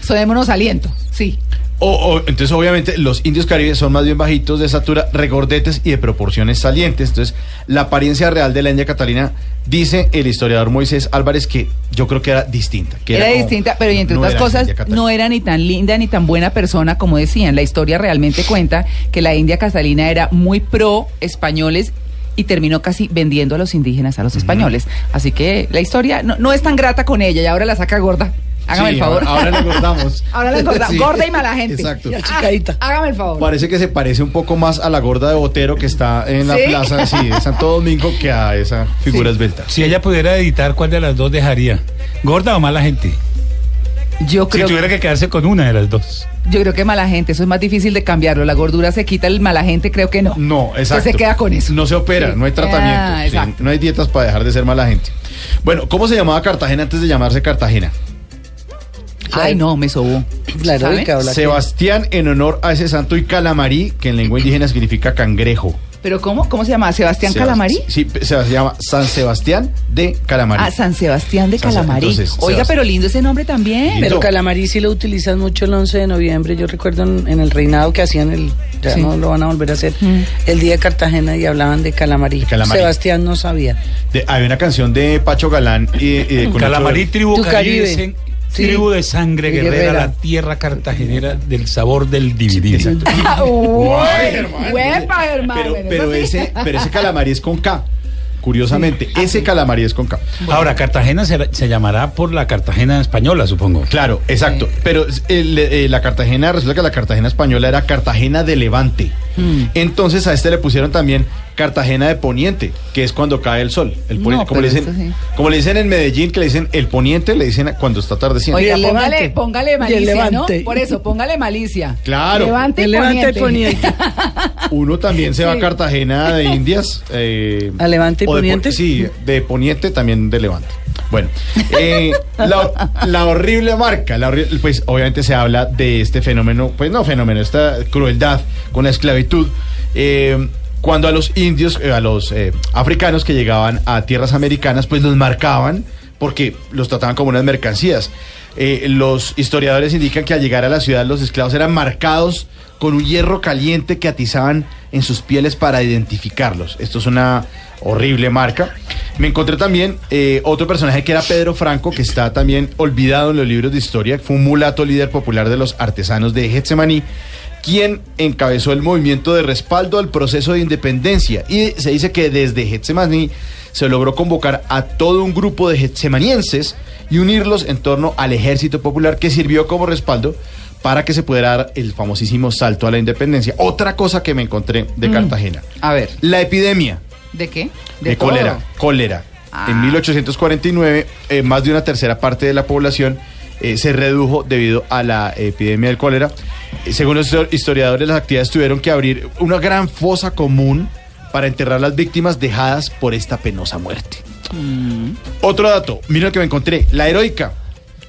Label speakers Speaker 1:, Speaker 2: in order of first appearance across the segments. Speaker 1: Sonémonos aliento, sí.
Speaker 2: O, o, entonces, obviamente, los indios caribes son más bien bajitos de estatura, regordetes y de proporciones salientes. Entonces, la apariencia real de la India Catalina, dice el historiador Moisés Álvarez, que yo creo que era distinta. Que
Speaker 1: Era,
Speaker 2: como-
Speaker 1: distinta, pero y entre
Speaker 2: no
Speaker 1: otras
Speaker 2: era
Speaker 1: cosas,
Speaker 2: India Catalina.
Speaker 1: no era ni tan linda ni tan buena persona como decían. La historia realmente cuenta que la India Catalina era muy pro españoles y terminó casi vendiendo a los indígenas a los españoles. Así que la historia no, no es tan grata con ella y ahora la saca gorda. Hágame
Speaker 2: Sí,
Speaker 1: el favor.
Speaker 2: Ahora, ahora le engordamos.
Speaker 1: Ahora la engordamos.
Speaker 2: Sí.
Speaker 1: Gorda y mala gente.
Speaker 2: Exacto. Ah,
Speaker 3: Ya, chicadita.
Speaker 1: Hágame el favor.
Speaker 2: Parece que se parece un poco más a la gorda de Botero que está en la
Speaker 1: ¿Sí?
Speaker 2: plaza sí, de Santo Domingo que a esa figura esbelta.
Speaker 4: Si ella pudiera editar, ¿cuál de las dos dejaría? ¿Gorda o mala gente?
Speaker 1: Yo
Speaker 4: Si
Speaker 1: creo
Speaker 4: tuviera que quedarse con una de las dos.
Speaker 1: Yo creo que mala gente, eso es más difícil de cambiarlo. La gordura se quita, el mala gente creo que no.
Speaker 2: No,
Speaker 1: Que
Speaker 2: exacto.
Speaker 1: Pues se queda con eso.
Speaker 2: No se
Speaker 1: Sí.
Speaker 2: opera, no hay tratamiento.
Speaker 1: Ah,
Speaker 2: sí,
Speaker 1: exacto.
Speaker 2: no hay dietas para dejar de ser mala gente. Bueno, ¿cómo se llamaba Cartagena antes de llamarse Cartagena?
Speaker 1: Ay, no, me sobó.
Speaker 3: La heroica o la que-
Speaker 2: Sebastián en honor a ese santo y calamarí, que en lengua indígena significa cangrejo.
Speaker 1: ¿Pero cómo? ¿Cómo se llama? ¿Sebastián
Speaker 2: Sebas-
Speaker 1: Calamarí?
Speaker 2: Sí, se llama San Sebastián de Calamarí.
Speaker 1: Ah, San Sebastián de
Speaker 2: San-
Speaker 1: Calamarí.
Speaker 2: entonces,
Speaker 1: Oiga,
Speaker 2: Sebas-
Speaker 1: pero lindo ese nombre también.
Speaker 2: Lindo.
Speaker 3: Pero Calamarí sí lo utilizan mucho el 11 de noviembre. Yo recuerdo en, en el reinado que hacían, el, ya
Speaker 1: Sí.
Speaker 3: no lo van a volver a hacer, el día de Cartagena y hablaban de Calamarí.
Speaker 2: De Calamarí.
Speaker 3: Sebastián no sabía.
Speaker 2: De- había una canción de Pacho Galán y, y de con
Speaker 4: Calamarí,
Speaker 2: otro-
Speaker 4: tribu
Speaker 3: Tu
Speaker 4: Caribe,
Speaker 3: Caribe.
Speaker 4: sen-
Speaker 3: Sí.
Speaker 4: tribu de sangre guerrera,
Speaker 3: Guerrera.
Speaker 4: la tierra cartagenera del sabor del dividido.
Speaker 2: Exacto.
Speaker 1: Ah, uy,
Speaker 2: Ay, hermano.
Speaker 1: huepa, hermano.
Speaker 2: Pero,
Speaker 1: Eso
Speaker 2: pero
Speaker 1: sí. Ah,
Speaker 2: ese, pero ese calamarí es con K. Curiosamente, ese calamarí es con K.
Speaker 4: Ahora, Cartagena se, se llamará por la Cartagena española, supongo.
Speaker 2: Claro, exacto. Pero el, eh, la Cartagena, resulta que la Cartagena española era Cartagena de Levante.
Speaker 1: Hmm.
Speaker 2: Entonces a este le pusieron también Cartagena de Poniente, que es cuando cae el sol. El
Speaker 1: No,
Speaker 2: poniente, como, le
Speaker 1: pero
Speaker 2: dicen,
Speaker 1: eso
Speaker 2: como le dicen en Medellín, que le dicen el Poniente, le dicen cuando está atardeciendo.
Speaker 1: Oiga,
Speaker 3: Y el
Speaker 1: póngale, póngale
Speaker 3: levante. Y el
Speaker 1: malicia, ¿no?
Speaker 3: levante.
Speaker 1: Por eso, póngale malicia.
Speaker 2: Claro.
Speaker 1: Levante y
Speaker 3: El Levante y
Speaker 1: poniente.
Speaker 3: Poniente.
Speaker 2: Uno también se va a
Speaker 1: Sí.
Speaker 2: Cartagena de Indias. eh,
Speaker 3: ¿A Levante y
Speaker 2: o de
Speaker 3: Poniente?
Speaker 2: Pon- sí, de Poniente también de Levante. Bueno, eh, la, la horrible marca, la horri- pues obviamente se habla de este fenómeno, pues no fenómeno, esta crueldad con la esclavitud. eh, cuando a los indios, eh, a los eh, africanos que llegaban a tierras americanas, pues los marcaban porque los trataban como unas mercancías. Eh, los historiadores indican que al llegar a la ciudad los esclavos eran marcados con un hierro caliente que atizaban en sus pieles para identificarlos. Esto es una horrible marca. Me encontré también eh, otro personaje que era Pedro Franco, que está también olvidado en los libros de historia. Fue un mulato líder popular de los artesanos de Getsemaní, quien encabezó el movimiento de respaldo al proceso de independencia. Y se dice que desde Getsemaní se logró convocar a todo un grupo de getsemanienses y unirlos en torno al ejército popular que sirvió como respaldo para que se pudiera dar el famosísimo salto a la independencia. Otra cosa que me encontré de Cartagena.
Speaker 1: A ver,
Speaker 2: La epidemia
Speaker 1: ¿de qué?
Speaker 2: de,
Speaker 1: todo.
Speaker 2: Eh, cólera. Cólera.
Speaker 1: Ah.
Speaker 2: En 1849, eh, más de una tercera parte de la población eh, se redujo debido a la epidemia del cólera. Eh, Según los histor- historiadores, las actividades tuvieron que abrir una gran fosa común para enterrar las víctimas dejadas por esta penosa muerte.
Speaker 1: Mm.
Speaker 2: Otro dato, mira lo que me encontré, la heroica.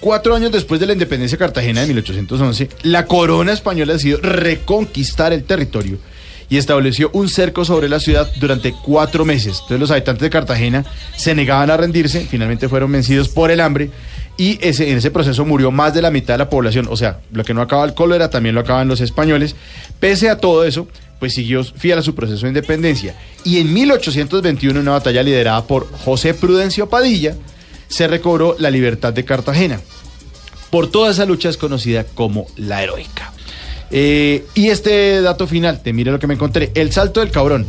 Speaker 2: Cuatro años después de la independencia de Cartagena de 1811, la corona española decidió reconquistar el territorio y estableció un cerco sobre la ciudad durante cuatro meses. Entonces los habitantes de Cartagena se negaban a rendirse, finalmente fueron vencidos por el hambre y ese, en ese proceso murió más de la mitad de la población. O sea, lo que no acaba el cólera también lo acaban los españoles. Pese a todo eso, pues siguió fiel a su proceso de independencia. Y en 1821, una batalla liderada por José Prudencio Padilla, se recobró la libertad de Cartagena. Por toda esa lucha es conocida como la heroica. Eh, y este dato final, te mira lo que me encontré, el salto del cabrón.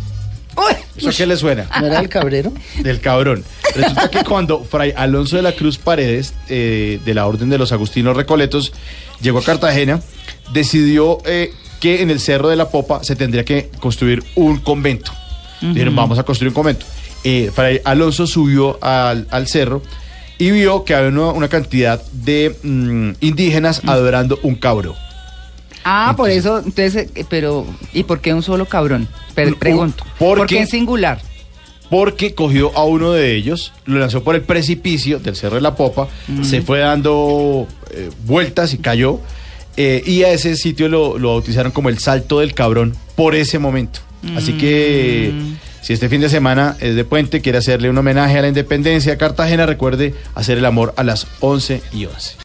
Speaker 2: ¿Eso a qué le suena?
Speaker 3: ¿No era el cabrero?
Speaker 2: del cabrón. Resulta que cuando Fray Alonso de la Cruz Paredes, eh, de la Orden de los Agustinos Recoletos, llegó a Cartagena, decidió eh, que en el Cerro de la Popa se tendría que construir un convento. Dijeron, vamos a construir un convento. Eh, Fray Alonso subió al, al cerro y vio que había una, una cantidad de mm, indígenas adorando un cabro.
Speaker 1: Ah, por eso, entonces, eh, pero, ¿y por qué un solo cabrón? Per-
Speaker 2: Un-
Speaker 1: pregunto.
Speaker 2: ¿por
Speaker 1: ¿Por
Speaker 2: qué?
Speaker 1: qué en singular?
Speaker 2: porque cogió a uno de ellos, lo lanzó por el precipicio del Cerro de la Popa, se fue dando eh, vueltas y cayó, eh, y a ese sitio lo, lo bautizaron como el Salto del Cabrón por ese momento. Así que si este fin de semana es de puente, quiere hacerle un homenaje a la independencia de Cartagena, recuerde hacer el amor a las 11 y 11.